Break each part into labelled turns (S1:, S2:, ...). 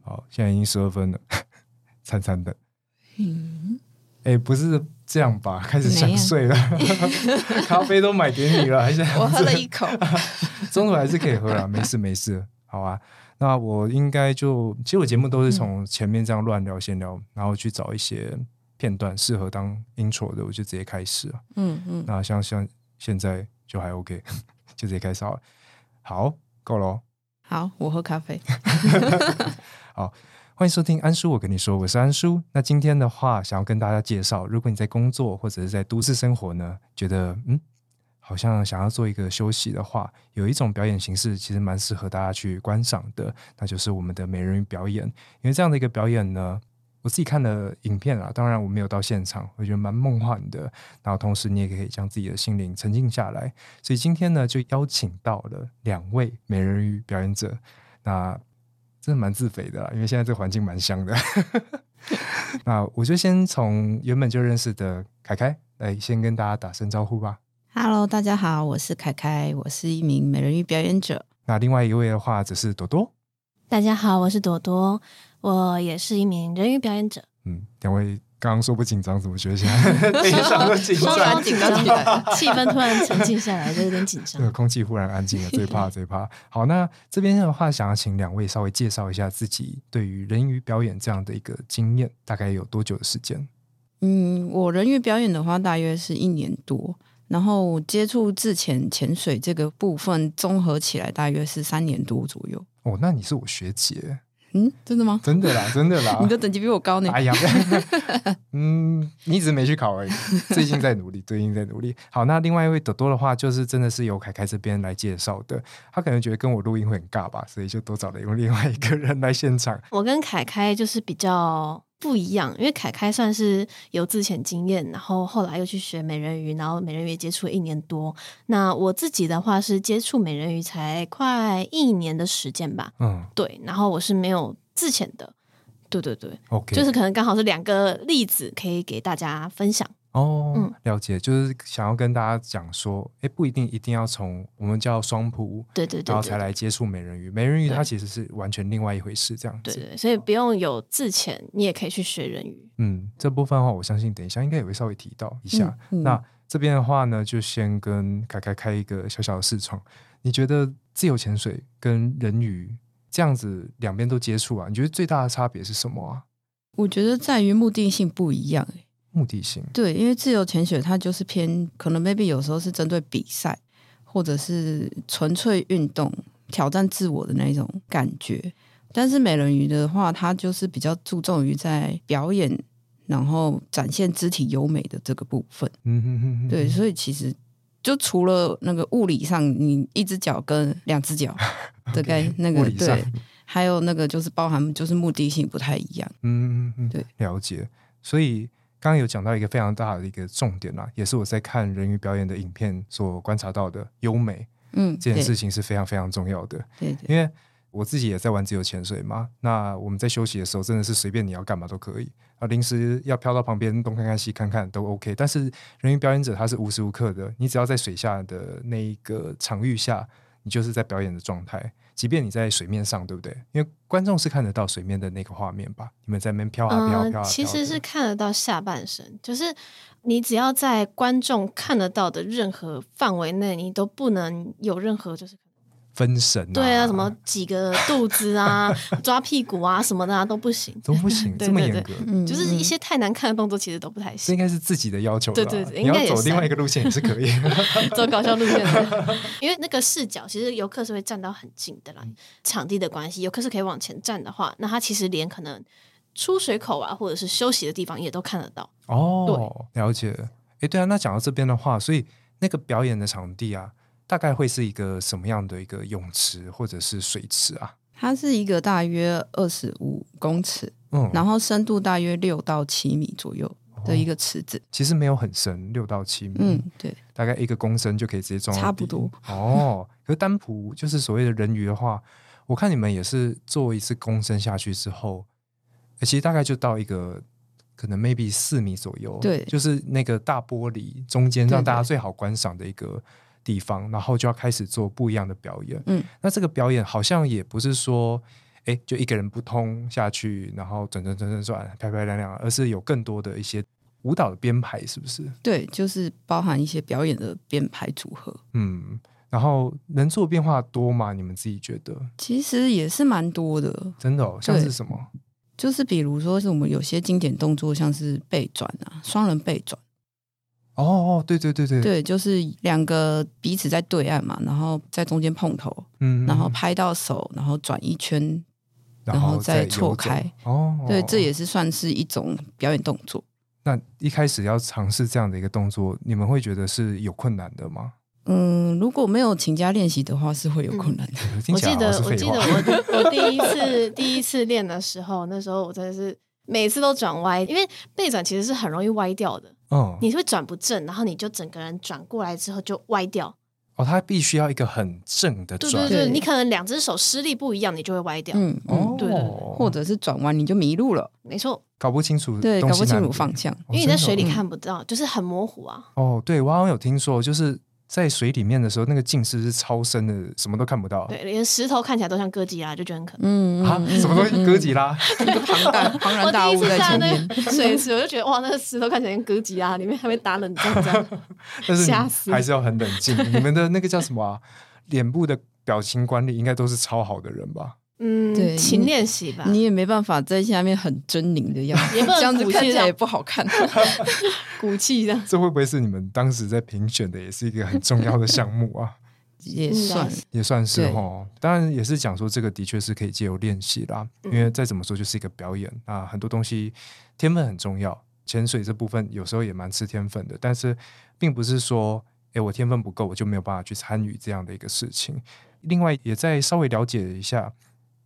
S1: 好，现在已经十二分了， 惨惨的。
S2: 嗯，
S1: 哎、不是这样吧？开始
S2: 怎
S1: 想
S2: 样
S1: 睡 了，咖啡都买给你了，还想
S2: 我喝了一口，
S1: 中途还是可以喝啦，啊没事没事，好啊。那我应该就，其实我节目都是
S2: 嗯
S1: 从前面这样乱聊闲聊，然后去找一些片段适合当 intro 的，我就直接开始了。
S2: 嗯嗯，
S1: 那像像现在就还 OK，就直 接开始好了。好，够了哦，
S2: 好，我喝咖啡。
S1: 欢迎收听安叔，我跟你说，我是安叔。那今天的话，想要跟大家介绍，如果你在工作或者是在都市生活呢，觉得嗯，好像想要做一个休息的话，有一种表演形式其实蛮适合大家去观赏的，那就是我们的美人鱼表演。因为这样的一个表演呢，我自己看了影片啦，当然我没有到现场，我觉得蛮梦幻的。然后同时你也可以将自己的心灵沉静下来。所以今天呢，就邀请到了两位美人鱼表演者，那真的蛮自肥的啦，因为现在这个环境蛮香的。 那我就先从原本就认识的凯凯来先跟大家打声招呼吧。
S2: Hello，大家好，我是凯凯，我是一名美人鱼表演者。
S1: 那另外一位的话，则是朵朵。
S3: 大家好，我是朵朵，我也是一名人鱼表演者。
S1: 嗯，两位刚刚说不紧张，怎么觉得现 在非常的紧
S2: 突然
S1: 张？
S2: 紧张起嗯来，
S3: 气氛突然沉静下来，就有点紧
S1: 这个
S3: 张。
S1: 空气忽然安静了，最怕最怕。好，那这边的话，想要请两位稍微介绍一下自己对于人鱼表演这样的一个经验，大概有多久的时间？
S2: 嗯，我人鱼表演的话，大约是一年多，然后接触自潜潜水这个部分，综合起来大约是三年多左右。
S1: 哦，那你是我学姐，
S2: 嗯，真的吗？
S1: 真的啦，真的啦。
S2: 你的等级比我高呢。
S1: 哎呀， 嗯，你只是没去考 而已，最近在努力，最近在努力。好，那另外一位朵朵的话，就是真的是由凯凯这边来介绍的，他可能觉得跟我录音会很尬吧，所以就多找了用另外一个人来现场。
S3: 我跟凯凯就是比较不一样，因为凯凯算是有自潜经验，然后后来又去学美人鱼，然后美人鱼也接触了一年多。那我自己的话是接触美人鱼才快一年的时间吧，
S1: 嗯
S3: 对，然后我是没有自潜的。对对对，
S1: ，OK，
S3: 就是可能刚好是两个例子可以给大家分享。
S1: 哦，
S3: 嗯
S1: 了解，就是想要跟大家讲说，哎，不一定一定要从我们叫双扑，
S3: 对对对对
S1: 然后才来接触美人鱼。美人鱼它
S3: 对
S1: 其实是完全另外一回事，这样
S3: 对
S1: 子。
S3: 对，所以不用有自潜，你也可以去学人鱼。
S1: 嗯，这部分的话，我相信等一下应该也会稍微提到一下。
S2: 嗯嗯
S1: 那这边的话呢，就先跟凯凯开一个小小的视窗。你觉得自由潜水跟人鱼这样子两边都接触啊？你觉得最大的差别是什么啊？
S2: 我觉得在于目的性不一样、欸
S1: 目的性，
S2: 对，因为自由潜水它就是偏可能 maybe 有时候是针对比赛，或者是纯粹运动挑战自我的那一种感觉。但是美人鱼的话，它就是比较注重于在表演，然后展现肢体优美的这个部分。
S1: 嗯哼哼哼，
S2: 对，所以其实就除了那个物理上，你一只脚跟两 只脚的概那
S1: 物
S2: 个
S1: 理上
S2: 对，还有那个就是包含就是目的性不太一样。
S1: 嗯，嗯嗯
S2: 对，
S1: 了解。所以刚刚有讲到一个非常大的一个重点啦，也是我在看人鱼表演的影片所观察到的优美
S2: 嗯，
S1: 这件
S2: 对
S1: 事情是非常非常重要的。
S2: 对对，
S1: 因为我自己也在玩自由潜水嘛，那我们在休息的时候真的是随便你要干嘛都可以，啊，临时要飘到旁边东看看西看看都 OK。但是人鱼表演者他是无时无刻的，你只要在水下的那一个场域下，你就是在表演的状态。即便你在水面上，对不对？因为观众是看得到水面的那个画面吧？你们在那边飘啊
S3: 嗯，
S1: 飘啊飘啊，
S3: 其
S1: 飘
S3: 实
S1: 的
S3: 是看得到下半身，就是你只要在观众看得到的任何范围内，你都不能有任何就是
S1: 分神、啊，
S3: 对啊，什么几个肚子 啊、抓屁股啊什么的啊都不行，
S1: 都不行，
S3: 对
S1: 这么
S3: 对
S1: 严
S3: 对
S1: 格。
S2: 嗯
S3: 就是一
S2: 嗯
S3: 些太难看的动作其实都不太
S1: 这
S3: 行
S1: 应。该是自己的要求啦。
S3: 对对对
S1: 你
S3: 应该
S1: 要
S3: 也
S1: 走
S3: 是
S1: 另外一个路线也是可 以。
S3: 走搞笑路线 的，因为那个视角其实游客是会站到很近的啦，场地的关系，游客是可以往前站的话，那他其实连可能出水口啊，或者是休息的地方也都看得到。
S1: 哦，了解。诶，对啊，那讲到这边的话，所以那个表演的场地啊，大概会是一个什么样的一个泳池或者是水池啊？
S2: 它是一个大约二十五公尺，
S1: 嗯，
S2: 然后深度大约六到七米左右的一个池子。
S1: 其实没有很深，六到七米，
S2: 嗯，对，
S1: 大概一个公升就可以直接装到
S2: 差不
S1: 底
S2: 多。
S1: 哦，可是单蹼就是所谓的人鱼的话，我看你们也是做一次公升下去之后，诶其实大概就到一个。可能 maybe 四米左右，
S2: 对
S1: 就是那个大玻璃中间让
S2: 对对
S1: 大家最好观赏的一个地方，然后就要开始做不一样的表演。
S2: 嗯，
S1: 那这个表演好像也不是说，哎，就一个人不通下去，然后转转转转转，漂漂亮亮，而是有更多的一些舞蹈的编排，是不是？
S2: 对，就是包含一些表演的编排组合，
S1: 嗯，然后能做的变化多吗？你们自己觉得？
S2: 其实也是蛮多的。
S1: 真的、哦，像
S2: 对
S1: 是什么？
S2: 就是比如说，是我们有些经典动作，像是背转啊，双人背转，
S1: 哦哦，对对对对，
S2: 对，就是两个彼此在对岸嘛，然后在中间碰头，
S1: 嗯，
S2: 然后
S1: 嗯
S2: 拍到手，然后转一圈，
S1: 然
S2: 然后再
S1: 再游
S2: 错
S1: 走
S2: 开
S1: 哦，
S2: 对，
S1: 哦
S2: 这也是算是一种表演动作。
S1: 那一开始要尝试这样的一个动作，你们会觉得是有困难的吗？
S2: 嗯，如果没有请假练习的话，是会有困难的。
S1: 听
S3: 我
S1: 起来
S3: 记
S1: 好
S3: 得
S1: 像是
S3: 我
S1: 废
S3: 记
S1: 话
S3: 得我我第一次第一次练的时候，那时候我真的是每次都转歪，因为背转其实是很容易歪掉的，
S1: 嗯，
S3: 你会转不正，然后你就整个人转过来之后就歪掉。
S1: 哦，它必须要一个很正的
S3: 对
S1: 转
S3: 对，对，
S2: 对
S3: 你可能两只手施力不一样，你就会歪掉。
S2: 嗯，
S1: 哦
S2: 嗯，
S3: 对对对
S2: 或者是转弯你就迷路了，
S3: 没错，
S1: 搞不清楚，
S2: 对，搞不清楚方，向。
S1: 哦
S3: 因为你在
S1: 真的
S3: 水里
S1: 哦
S3: 看不到，就是很模糊啊。
S1: 哦，对我好像有听说，就是在水里面的时候，那个近视是超深的，什么都看不到。
S3: 对，连石头看起来都像哥吉拉，就觉得很可怕。
S2: 嗯，
S1: 啊
S2: 嗯，
S1: 什么东西？哥吉
S2: 拉，
S1: 拉？
S2: 一个庞 大庞 然
S3: 我
S2: 大
S3: 第一
S2: 物
S3: 次
S2: 在
S3: 下
S2: 前
S3: 那
S2: 面。
S3: 个 水池，我就觉得哇，那个石头看起来像哥吉拉，里面还会打冷战这样。
S1: 但是
S3: 吓
S1: 你
S3: 死
S1: 还是要很冷 静。你们的那个叫什么啊？脸部的表情管理应该都是超好的人吧？
S3: 嗯，
S2: 对
S3: 勤
S2: 你
S3: 练习吧。
S2: 你也没办法在下面很狰狞的样子，
S3: 也不 能
S2: 这样子
S3: 鼓气
S2: 看起
S3: 这
S2: 来
S3: 样
S2: 也不好 看。
S3: 骨气这样。
S1: 这会不会是你们当时在评选的，也是一个很重要的项目啊？
S2: 也
S3: 应该
S2: 算
S3: 是
S1: 也算是
S2: 对
S1: 哦，当然也是讲说这个的确是可以借由练习啦，因为再怎么说就是一个表演啊，很多东西天分很重要，潜水这部分有时候也蛮吃天分的，但是并不是说，诶，我天分不够，我就没有办法去参与这样的一个事情。另外，也再稍微了解一下，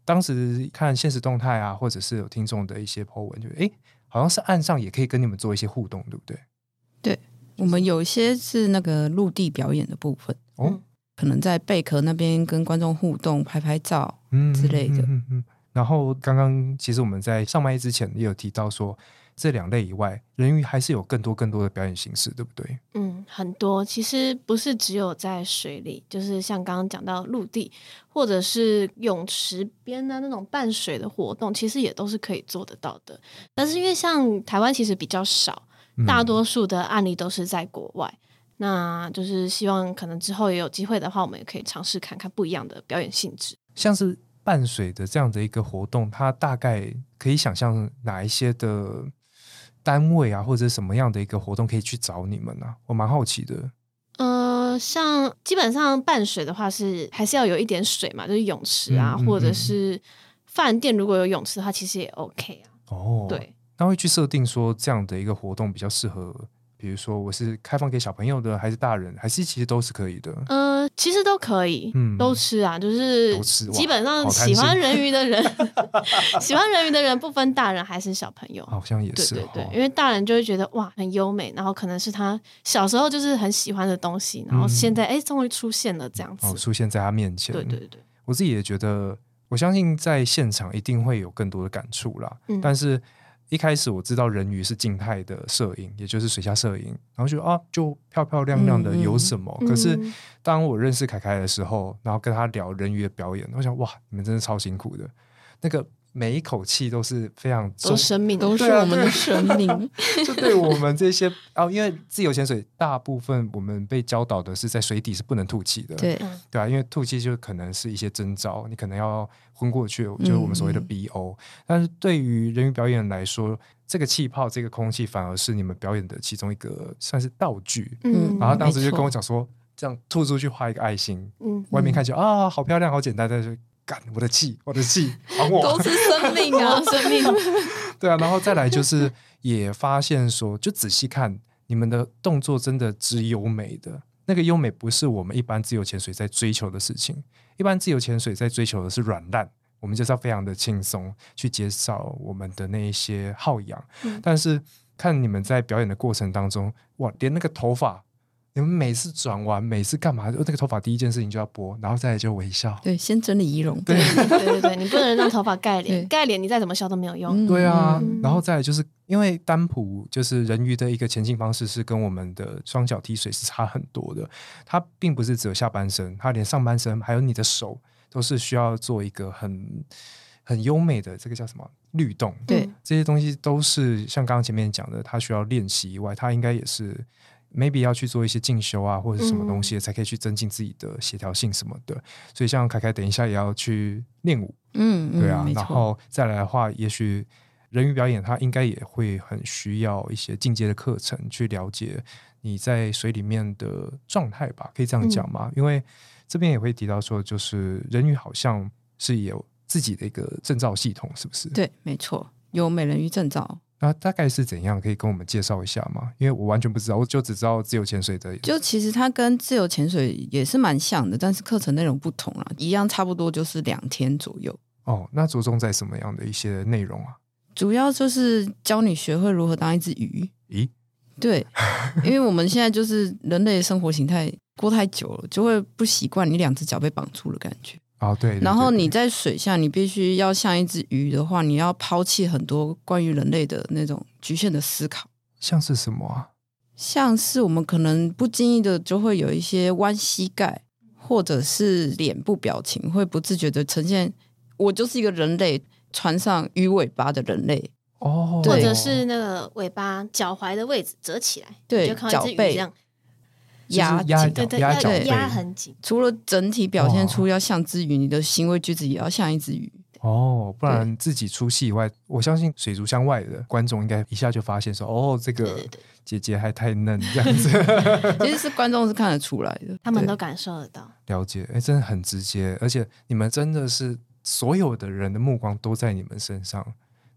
S1: 当时看现实动态啊，或者是有听众的一些 po 文，就诶，好像是岸上也可以跟你们做一些互动，对不对？
S2: 我们有一些是那个陆地表演的部分，
S1: 哦，
S2: 可能在贝壳那边跟观众互动、拍拍照。
S1: 嗯
S2: 之类的
S1: 嗯嗯嗯嗯然后刚刚其实我们在上麦之前也有提到说，这两类以外，人鱼还是有更多更多的表演形式，对不对？
S3: 嗯，很多其实不是只有在水里，就是像刚刚讲到陆地或者是泳池边啊那种伴水的活动，其实也都是可以做得到的。但是因为像台湾其实比较少，
S1: 嗯
S3: 大多数的案例都是在国外。那就是希望可能之后也有机会的话，我们也可以尝试看看不一样的表演性质。
S1: 像是伴水的这样的一个活动，它大概可以想象哪一些的单位啊，或者什么样的一个活动可以去找你们呢、啊？我蛮好奇的。
S3: 呃，像基本上伴水的话是还是要有一点水嘛，就是泳池啊，
S1: 嗯嗯
S3: 或者
S1: 嗯
S3: 是饭店如果有泳池的话，其实也 OK 啊。
S1: 哦，
S3: 对，
S1: 那会去设定说这样的一个活动比较适合，比如说我是开放给小朋友的，还是大人，还是其实都是可以的。
S3: 呃，其实都可以，
S1: 嗯
S3: 都吃啊，就是
S1: 都吃哇
S3: 基本上
S1: 好贪
S3: 喜欢
S1: 心
S3: 人 鱼的人，喜欢人鱼的人不分大人还是小朋友。
S1: 好像也
S3: 对
S1: 是
S3: 对对
S1: 哦，
S3: 因为大人就会觉得哇很优美，然后可能是他小时候就是很喜欢的东西，然后
S1: 嗯
S3: 现在哎终于出现了这样子
S1: 哦，，出现在他面前。
S3: 对对对，
S1: 我自己也觉得，我相信在现场一定会有更多的感触啦。
S3: 嗯
S1: 但是一开始我知道人鱼是静态的摄影，也就是水下摄影，然后觉得啊，就漂漂亮亮的，
S2: 嗯嗯
S1: 有什么？
S3: 嗯
S1: 可是当我认识凯凯的时候，然后跟他聊人鱼的表演，我想哇，你们真的超辛苦的，那个每一口气都是非常
S3: 都
S1: 重啊
S3: 是生命
S2: 都是我们的生命，
S1: 就对我们这些哦，因为自由潜水大部分我们被教导的是在水底是不能吐气的，
S2: 对
S3: 嗯
S1: 对啊，因为吐气就可能是一些征兆，你可能要昏过去，就是我们所谓的
S2: 嗯
S1: BO、但是对于人鱼表演来说，这个气泡、这个空气反而是你们表演的其中一个算是道具。
S3: 嗯，
S2: 嗯
S1: 然后当
S2: 没
S1: 时就跟
S2: 错
S1: 我讲说，这样吐出去画一个爱心，
S3: 嗯
S1: 外面看起来、啊好漂亮、好简单，但是干我的气，我的气，还我！
S2: 都是生命啊，生命。
S1: 对啊，然后再来就是也发现说，就仔细看你们的动作，真的之优美的那个优美，不是我们一般自由潜水在追求的事情。一般自由潜水在追求的是软烂，我们就是要非常的轻松去减少我们的那一些耗氧。
S3: 嗯
S1: 但是看你们在表演的过程当中，哇，连那个头发。你们每次转完，每次干嘛？那个头发第一件事情就要拨，然后再来就微笑。
S2: 对，先整理仪容。
S1: 对
S3: 对对对，你不能让头发盖脸，
S2: 对
S3: 盖脸你再怎么笑都没有用。
S2: 嗯
S1: 对啊，
S3: 嗯
S1: 然后再来就是因为单蹼就是人鱼的一个前进方式是跟我们的双脚踢水是差很多的，它并不是只有下半身，它连上半身还有你的手都是需要做一个很很优美的这个叫什么律动，
S2: 对
S3: 嗯
S1: 这些东西都是像刚刚前面讲的，他需要练习以外，他应该也是 maybe 要去做一些进修啊，或者是什么东西，才可以去增进自己的协调性什么的。所以像凯凯，等一下也要去练舞，
S2: 嗯，嗯
S1: 对啊，
S2: 没
S1: 然
S2: 错，
S1: 后再来的话，也许人鱼表演，它应该也会很需要一些进阶的课程去了解你在水里面的状态吧，可以这样
S2: 嗯
S1: 讲吗？因为这边也会提到说，就是人鱼好像是有自己的一个证照系统，是不是？。
S2: 对，没错，有美人鱼证照，
S1: 那大概是怎样？可以跟我们介绍一下吗？因为我完全不知道，我就只知道自由潜水的。
S2: 就其实它跟自由潜水也是蛮像的，但是课程内容不同啦，一样差不多就是两天左右。
S1: 哦，那着重在什么样的一些内容啊？
S2: 主要就是教你学会如何当一只鱼。
S1: 咦，
S2: 对，因为我们现在就是人类生活形态过太久了，就会不习惯你两只脚被绑住的感觉。
S1: 哦，对。对
S2: 然后
S1: 对
S2: 你
S1: 对
S2: 在水下，你必须要像一只鱼的话，你要抛弃很多关于人类的那种局限的思考，
S1: 像是什么啊？
S2: 像是我们可能不经意的就会有一些弯膝盖，或者是脸部表情会不自觉的呈现，我就是一个人类穿上鱼尾巴的人类，
S1: 哦，
S3: 或者是那个尾巴、脚踝的位置折起来，
S2: 对
S3: 你就看到一只
S2: 脚
S3: 鱼
S2: 背
S3: 这样，
S1: 就是
S2: 压
S1: 压
S2: 紧
S3: 啊对对，
S1: 压
S3: 要
S1: 脚
S2: 背
S3: 压很紧，
S2: 除了整体表现出要像只鱼，你的行为举止也要像一只 鱼。
S1: 哦，不然自己出戏以外，我相信水族箱外的观众应该一下就发现说，哦，这
S3: 对
S1: 个
S3: 对对
S1: 姐姐还太嫩这样子。
S2: 其实是观众是看得出来的，
S3: 他们都
S2: 对
S3: 感受得到。
S1: 了解，哎，真的很直接，而且你们真的是所有的人的目光都在你们身上，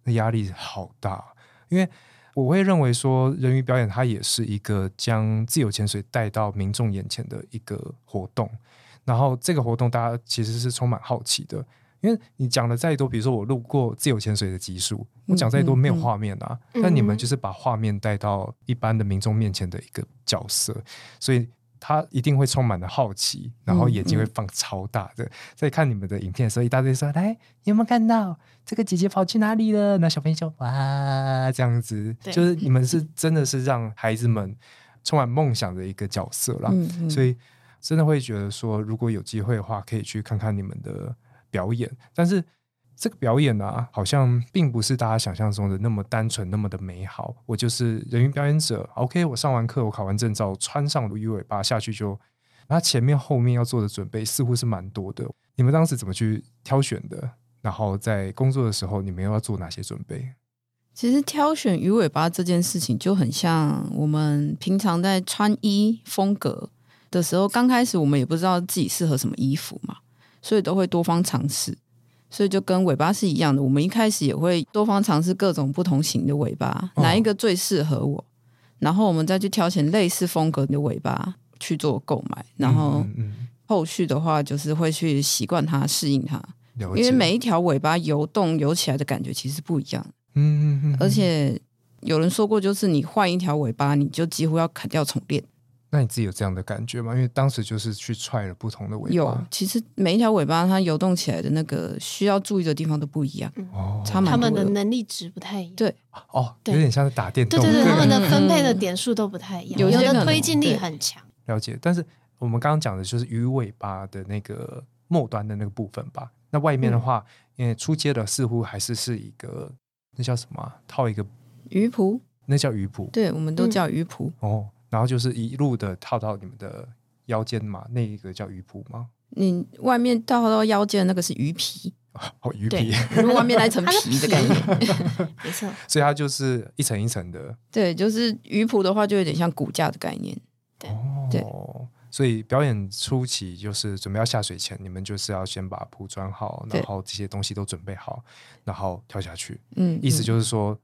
S1: 那压力好大。因为我会认为说，人鱼表演它也是一个将自由潜水带到民众眼前的一个活动，然后这个活动大家其实是充满好奇的。因为你讲的再多，比如说我录过自由潜水的集数，我讲再多没有画面啊，
S3: 嗯嗯嗯
S1: 但你们就是把画面带到一般的民众面前的一个角色，所以他一定会充满了好奇，然后眼睛会放超大的，在看你们的影片的时候，一大堆说：“来，你有没有看到这个姐姐跑去哪里了？”那小朋友就哇这样子，
S3: 对
S1: 就是你们是真的是让孩子们充满梦想的一个角色啦。
S2: 嗯嗯
S1: 所以真的会觉得说，如果有机会的话，可以去看看你们的表演。但是这个表演啊，好像并不是大家想象中的那么单纯、那么的美好。我就是人鱼表演者，OK，我上完课，我考完证照，穿上鱼尾巴下去就。那前面后面要做的准备似乎是蛮多的，你们当时怎么去挑选的？然后在工作的时候，你们又要做哪些准备？
S2: 其实挑选鱼尾巴这件事情就很像我们平常在穿衣风格的时候，刚开始我们也不知道自己适合什么衣服嘛，所以都会多方尝试。所以就跟尾巴是一样的，我们一开始也会多方尝试各种不同型的尾巴，
S1: 哦
S2: 哪一个最适合我，然后我们再去挑选类似风格的尾巴去做购买，然后
S1: 嗯嗯
S2: 后续的话就是会去习惯它、适应它，
S1: 嗯了解，
S2: 因为每一条尾巴游动游起来的感觉其实不一样，
S1: 嗯嗯嗯，嗯
S2: 而且有人说过，就是你换一条尾巴，你就几乎要砍掉重练。
S1: 那你自己有这样的感觉吗？因为当时就是去踹了不同的尾巴，
S2: 有，其实每一条尾巴它游动起来的那个需要注意的地方都不一样，
S1: 哦，
S2: 差蛮
S3: 他们
S2: 多
S3: 的能力值不太一样。
S2: 对
S1: 哦，
S3: 对
S1: 有点像是打电
S3: 对
S1: 动，
S3: 对对，
S1: 个
S3: 他们
S1: 人
S3: 的分配的点数都不太一样，
S2: 有
S3: 有
S2: 些可
S3: 的
S2: 能
S3: 推进力
S2: 对
S3: 很强，
S1: 了解。但是我们刚刚讲的就是鱼尾巴的那个末端的那个部分吧。那外
S3: 嗯
S1: 面的话，因为出街的似乎还是是一个那叫什么啊、套一个
S2: 鱼蹼，
S1: 那叫鱼蹼
S2: 对我们
S1: 嗯
S2: 都叫鱼蹼。
S1: 哦，然后就是一路的套到你们的腰间嘛，那一个叫鱼蹼吗？
S2: 你外面到到腰间的那个是鱼皮，
S1: 哦，鱼
S3: 对
S1: 皮，
S2: 如果外面那一层
S3: 它是
S2: 皮的概念，
S3: 没错。
S1: 所以它就是一层一层的
S2: 对，就是鱼蹼的话就有点像骨架的概念。对
S1: 哦，所以表演初期就是准备要下水前，你们就是要先把铺装好，
S2: 对
S1: 然后这些东西都准备好，然后跳下去。
S2: 嗯，
S1: 意思
S2: 嗯
S1: 就是说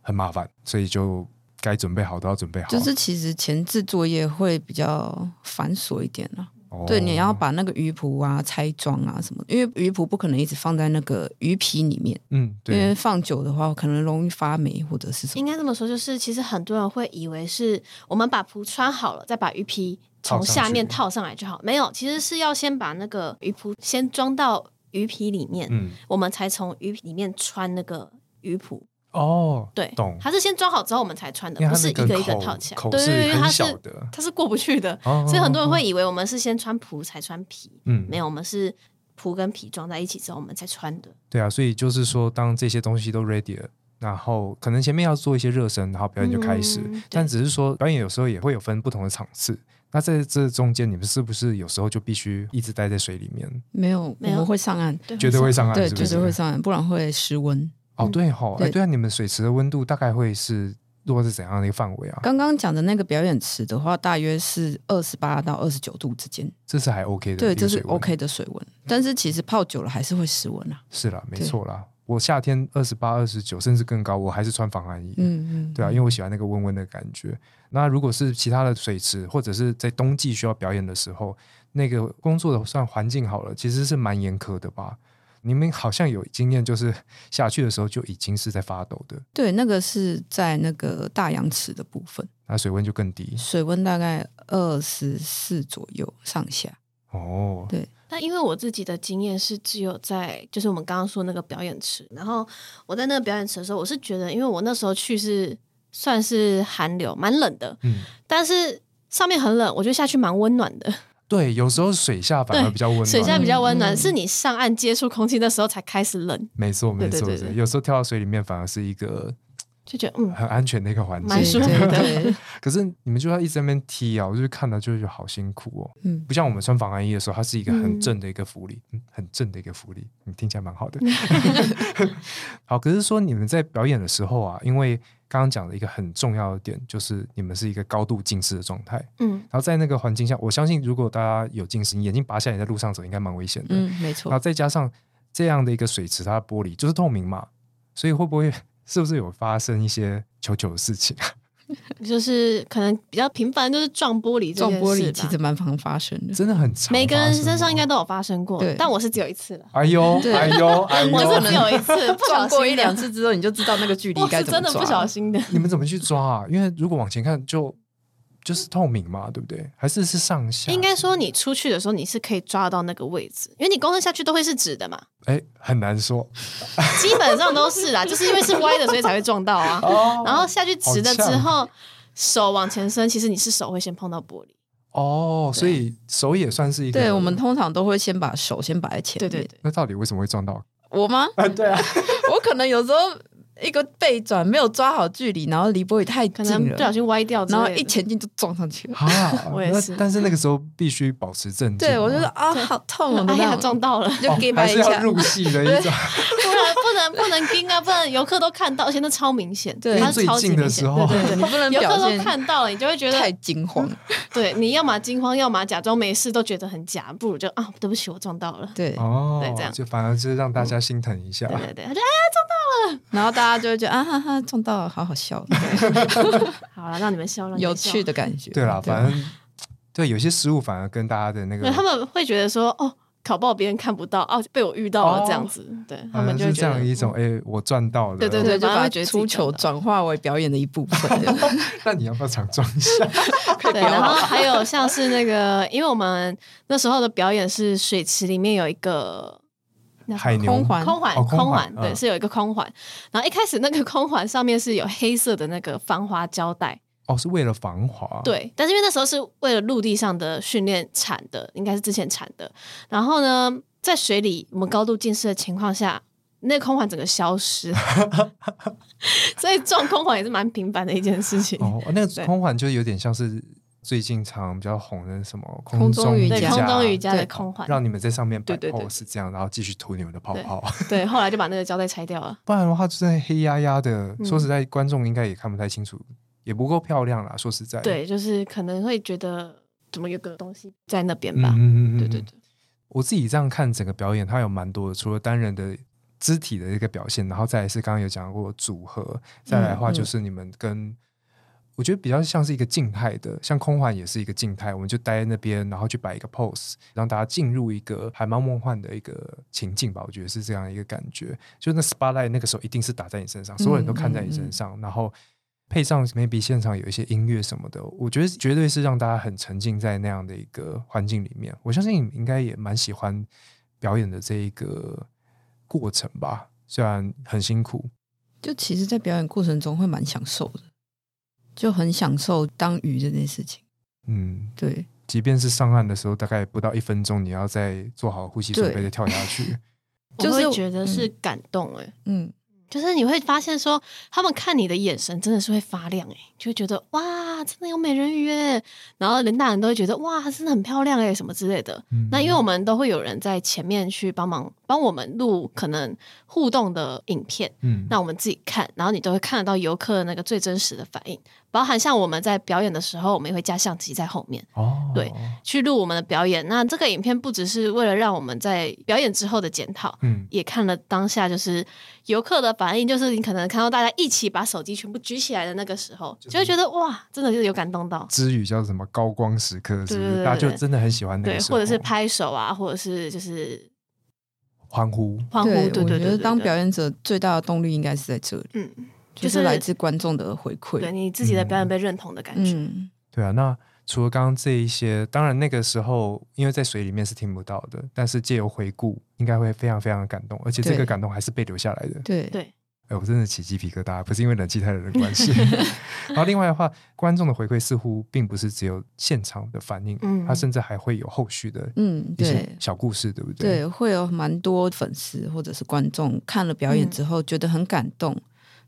S1: 很麻烦，所以就该准备好都要准备好。
S2: 就是其实前置作业会比较繁琐一点啦。
S1: 哦
S2: 对，你要把那个鱼蹼啊拆装啊什么的，因为鱼蹼不可能一直放在那个鱼皮里面，
S1: 嗯
S2: 因
S1: 对
S2: 为放久的话可能容易发霉或者是什
S3: 应
S2: 么。
S3: 该这么说，就是其实很多人会以为是我们把蹼穿好了，再把鱼皮从下面套上来就好。没有，其实是要先把那个鱼蹼先装到鱼皮里面，
S1: 嗯
S3: 我们才从鱼皮里面穿那个鱼蹼。
S1: 哦
S3: 对，
S1: 懂，
S3: 它是先装好之后我们才穿的
S1: 因为，
S3: 不
S1: 它
S3: 是
S1: 那
S3: 一个一个
S1: 口
S3: 套起来。
S1: 口
S3: 对
S1: 是
S3: 对对，因为它
S1: 很
S3: 是
S1: 小的，
S3: 它是过不去的，
S1: 哦
S3: 所以很多人
S1: 哦
S3: 会以为我们是先穿蹼才穿皮。
S1: 嗯
S3: 没有，我们是蹼跟皮装在一起之后，我们才穿的。
S1: 对啊，所以就是说，当这些东西都 ready 了，然后可能前面要做一些热身，然后表演就开始。
S3: 嗯对
S1: 但只是说，表演有时候也会有分不同的场次。那在这中间，你们是不是有时候就必须一直待在水里面？
S2: 没有，
S3: 没有
S2: 我们会上岸，
S3: 对，
S1: 绝对会上岸
S2: 对，
S1: 是不
S2: 绝
S1: 是
S2: 对会上岸，不然会失温。
S1: 哦，对吼，哎，
S2: 嗯对
S1: 对啊，你们水池的温度大概会是落在怎样的一个范围啊？
S2: 刚刚讲的那个表演池的话，大约是二十八到二十九度之间，
S1: 这是还 OK 的，
S2: 对，这是 OK 的水温。但是其实泡久了还是会失温啊。
S1: 是啦，没
S2: 对
S1: 错啦。我夏天二十八、二十九，甚至更高，我还是穿防寒衣。
S2: 嗯嗯，
S1: 对啊，因为我喜欢那个温温的感觉。那如果是其他的水池，或者是在冬季需要表演的时候，那个工作的算环境好了，其实是蛮严苛的吧？你们好像有经验，就是 下去的时候就已经是在发抖的，
S2: 对，那个是在那个大洋池的部分，
S1: 那水温就更低
S2: 水温大概二十四左右上下。
S1: 哦。
S2: 对，
S3: 那因为我自己的经验是只有在就是我们刚刚说那个表演池，然后我在那个表演池的时候，我是觉得，因为我那时候去是算是寒流，蛮冷的，
S1: 嗯，
S3: 但是上面很冷，我觉得下去蛮温暖的，
S1: 对，有时候水下反而
S3: 对
S1: 比较温暖，
S3: 水下比较温暖，
S2: 嗯
S3: 是你上岸接触空气那时候才开始冷，
S1: 没错没
S3: 对对
S1: 错，
S3: 对
S1: 没错
S3: 对
S1: 有时候跳到水里面反而是一个
S3: 就觉得嗯，
S1: 很安全的一个环境，
S3: 蛮舒服的
S2: 对对对
S1: 可是你们就要一直在那边踢啊，我就看到就觉得好辛苦哦。
S2: 嗯，
S1: 不像我们穿防寒衣的时候，它是一个很
S3: 嗯
S1: 正的一个浮力，嗯很正的一个浮力，你听起来蛮好的。 好，可是说你们在表演的时候啊，因为刚刚讲的一个很重要的点，就是你们是一个高度近视的状态，
S3: 嗯，
S1: 然后在那个环境下，我相信如果大家有近视，你眼睛拔下来在路上走，应该蛮危险的。
S2: 嗯，没
S1: 然
S2: 错
S1: 后。再加上这样的一个水池，它的玻璃就是透明嘛，所以会不会 是不是有发生一些糗糗的事情啊？
S3: 就是可能比较频繁就是撞玻璃这
S2: 撞
S3: 件
S2: 玻
S3: 事
S2: 璃
S3: 吧
S2: 其实蛮常发生的，
S1: 真的很长，
S3: 每个人身上应该。都有发生过
S2: 对，
S3: 但我是只有一次了。
S1: 哦哎 呦，
S2: 对
S1: 哎呦，哎
S2: 嗯
S3: 我
S1: 呦！
S3: 是只有一次，不小
S2: 撞
S3: 心
S2: 过一
S3: 的
S2: 两，次之后，你就知道那个距离
S3: 我
S2: 该
S3: 是
S2: 怎么
S3: 真的不小心的。
S1: 你们怎么去抓啊？因为如果往前看就，就是透明嘛，对不对？还是是上下？
S3: 应该说，你出去的时候你是可以抓到那个位置，因为你公车下去都会是直的嘛，
S1: 哎，很难说
S3: 基本上都是啦，啊就是因为是歪的，所以才会撞到啊。
S1: 哦
S3: 然后下去直的之
S1: 好
S3: 后，手往前伸，其实你是手会先碰到玻璃。
S1: 哦，所以手也算是一个。
S2: 对我们通常都会先把手先摆在前
S3: 对
S2: 面。
S3: 对对，
S1: 那到底为什么会撞到？
S2: 我吗？
S1: 啊，对啊，
S2: 我可能有时候一个背转没有抓好距离，然后离玻璃太
S3: 可
S2: 近
S3: 能
S2: 了，
S3: 不小心歪掉之类
S2: 然
S3: 的，
S2: 后一前进就撞上去了。
S1: 啊，
S3: 我也
S1: 那
S3: 是
S1: 但是那个时候必须保持镇静。
S2: 对，我就说
S1: 得
S2: 啊，好痛哦，
S3: 哎
S2: 那
S3: 呀
S2: 样
S3: 撞到了，
S2: 就给
S1: 还
S2: 摆一
S1: 是要
S2: 下。
S1: 入戏的一种。
S3: 不然不能不能盯啊，不然游客都看到，而且那超明显，
S2: 对
S3: 它
S1: 最
S3: 超级
S1: 近的
S3: 明显
S1: 时候
S3: 对
S2: 对，
S3: 对对
S2: 你不能
S3: 游
S2: 表
S3: 客都
S2: 现
S3: 看到了，你就会觉
S2: 太
S3: 得，
S2: 惊 慌。
S3: 对，你要么惊慌，要么假装没事，都觉得很假，不如就啊，对不起，我撞到了。
S2: 对，
S1: 哦
S3: 对这样
S1: 就反而就是让大家心疼一下
S3: 对。对对，他就啊
S2: 然后大家就会觉得啊哈哈，撞到了，好好笑，
S3: 好了，让你们笑，让 你们
S2: 有
S3: 笑
S2: 趣。的感觉。
S1: 对啦，反正对有些失误反而跟大家的那
S3: 对，
S1: 个
S3: 他们会觉得说，哦，搞不好别人看不到，哦，被我遇到了
S1: 哦
S3: 这样子，对他
S1: 反
S3: 们
S1: 正
S3: 就是
S1: 这
S3: 会觉得嗯
S1: 样一种，哎，我赚到了。
S3: 对对
S2: 对，
S3: 对
S2: 就
S3: 反而
S2: 把
S3: 会觉得自己
S2: 出球转化为表演的一部 分，这样
S1: 那你要不要常撞一下？
S2: 快
S3: 对，
S2: 表演
S3: 然后还有像是那个，因为我们那时候的表演是水池里面有一个。那
S1: 海牛
S2: 空环
S3: 空环，
S1: 哦空环
S3: 空环，
S1: 嗯
S3: 对，是有一个空环。然后一开始那个空环上面是有黑色的那个防滑胶带，
S1: 哦，是为了防滑。，
S3: 对。但是因为那时候是为了陆地上的训练产的，应该是之前产的。然后呢，在水里我们高度近视的情况下，那个空环整个 消失，所以撞空环也是蛮频繁的一件事情。
S1: 哦，那个
S3: 对
S1: 空环就有点像是最近常比较红的什么
S2: 空中
S1: 中
S2: 瑜
S3: 对，
S2: 伽
S3: 空中瑜
S1: 伽
S3: 伽的
S2: 对
S3: 空环，
S1: 让你们在上面摆
S3: 对对对
S1: pose 这样，然后继续吐你们的泡泡，
S3: 对，后来就把那个胶带拆掉了。
S1: 不然的话就真的黑压压的。
S3: 嗯
S1: 说实在，观众应该也看不太清楚，也不够漂亮啦。说实在，
S3: 对，就是可能会觉得怎么有个东西在那边
S1: 嗯，
S3: 吧。
S1: 嗯嗯嗯，
S3: 对对
S1: 嗯
S3: 对，
S1: 我自己这样看整个表演，它有蛮多的，除了单人的肢体的一个表现，然后再来是刚刚有讲过组合，再来的话
S2: 嗯嗯
S1: 就是你们跟、我觉得比较像是一个静态的，像空环也是一个静态，我们就待在那边，然后去摆一个 pose，让大家进入一个还蛮梦幻的一个情境吧，我觉得是这样一个感觉。就那 spotlight 那个时候一定是打在你身上，所有人都看在你
S3: 嗯
S1: 身上，然后。配上 maybe 现场有一些音乐什么的，我觉得绝对是让大家很沉浸在那样的一个环境里面。我相信你们应该也蛮喜欢表演的这一个过程吧，虽然很辛苦。
S2: 就其实，在表演过程中会蛮享受的，就很享受当鱼这件事情。
S1: 嗯，
S2: 对，
S1: 即便是上岸的时候，大概不到一分钟，你要再做好呼吸准备
S2: 对
S1: 再跳下 去。
S2: 就是
S3: 我会觉得是感动哎、
S2: 嗯，
S3: 就是你会发现说，他们看你的眼神真的是会发亮哎、就会觉得哇，真的有美人鱼哎、然后人大人都会觉得哇，真的很漂亮哎、什么之类的。
S1: 嗯
S3: 那因为我们都会有人在前面去帮忙帮我们录可能互动的影片，
S1: 嗯
S3: 那我们自己看，然后你都会看得到游客那个最真实的反应，包含像我们在表演的时候，我们也会加相机在后面。
S1: 哦
S3: 对去录我们的表演。那这个影片不只是为了让我们在表演之后的检讨，
S1: 嗯
S3: 也看了当下就是游客的反应，就是你可能看到大家一起把手机全部举起来的那个时候，
S1: 是
S3: 就会觉得哇，真的就是有感动到。
S1: 之语叫什么高光时刻，是不
S3: 对对
S1: 是？
S3: 对
S1: 大家就
S3: 对
S1: 真的很喜欢那
S3: 对
S1: 个，时候，
S3: 或者是拍手啊，或者是就是
S1: 欢呼。
S3: 欢呼，对对对
S2: 我觉得
S3: 对
S2: 当
S3: 对
S2: 表演者最大的动力应该是在这里，
S3: 嗯，
S2: 就
S3: 就是是
S2: 来自观众的回
S3: 对
S2: 馈。
S3: 你自己的表演被认同的感觉，
S2: 嗯，
S1: 对啊，那除了刚刚这一些，当然那个时候因为在水里面是听不到的，但是借由回顾，应该会非常非常的感动，而且这
S2: 对
S1: 个感动还是被留下来的。
S2: 对
S3: 对
S1: 哎，我真的起鸡皮疙瘩，不是因为冷气太冷的关系。然后另外的话，观众的回馈似乎并不是只有现场的反应，
S3: 嗯
S1: 它甚至还会有后续的
S2: 嗯，
S1: 一些
S2: 对。
S1: 小故事，对不对？
S2: 对，会有蛮多粉丝或者是观众看了表
S3: 嗯
S2: 演之后觉得很感动，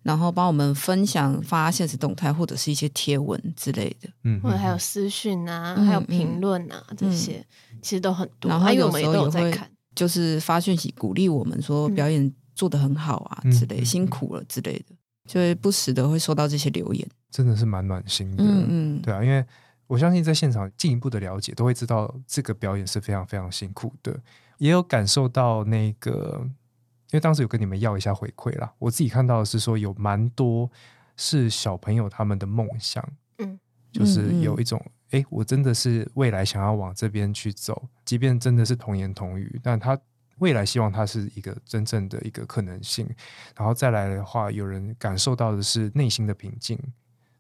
S2: 然后帮我们分享发现实动态或者是一些贴文之类的。
S1: 嗯，嗯
S3: 或者还有
S1: 嗯
S3: 私讯啊，
S2: 嗯
S3: 还有评论啊，这
S2: 嗯
S3: 些其实都很多。
S2: 然后
S3: 啊因为
S2: 有
S3: 我们
S2: 时
S3: 也
S2: 候
S3: 都
S2: 也
S3: 有在
S2: 会
S3: 看，
S2: 就是发讯息鼓励我们说
S3: 嗯
S2: 表演做得很好啊
S1: 嗯
S2: 之类，
S1: 嗯
S2: 辛苦了之类的，就会不时的会收到这些留言。
S1: 真的是蛮暖心的。
S2: 嗯嗯，
S1: 对啊，因为我相信在现场进一步的了解，都会知道这个表演是非常非常辛苦的，也有感受到那个，因为当时有跟你们要一下回馈啦。我自己看到的是说，有蛮多是小朋友他们的梦想，
S3: 嗯，
S1: 就是有一种。诶，我真的是未来想要往这边去走，即便真的是童言童语，但他未来希望它是一个真正的一个可能性。然后再来的话，有人感受到的是内心的平静，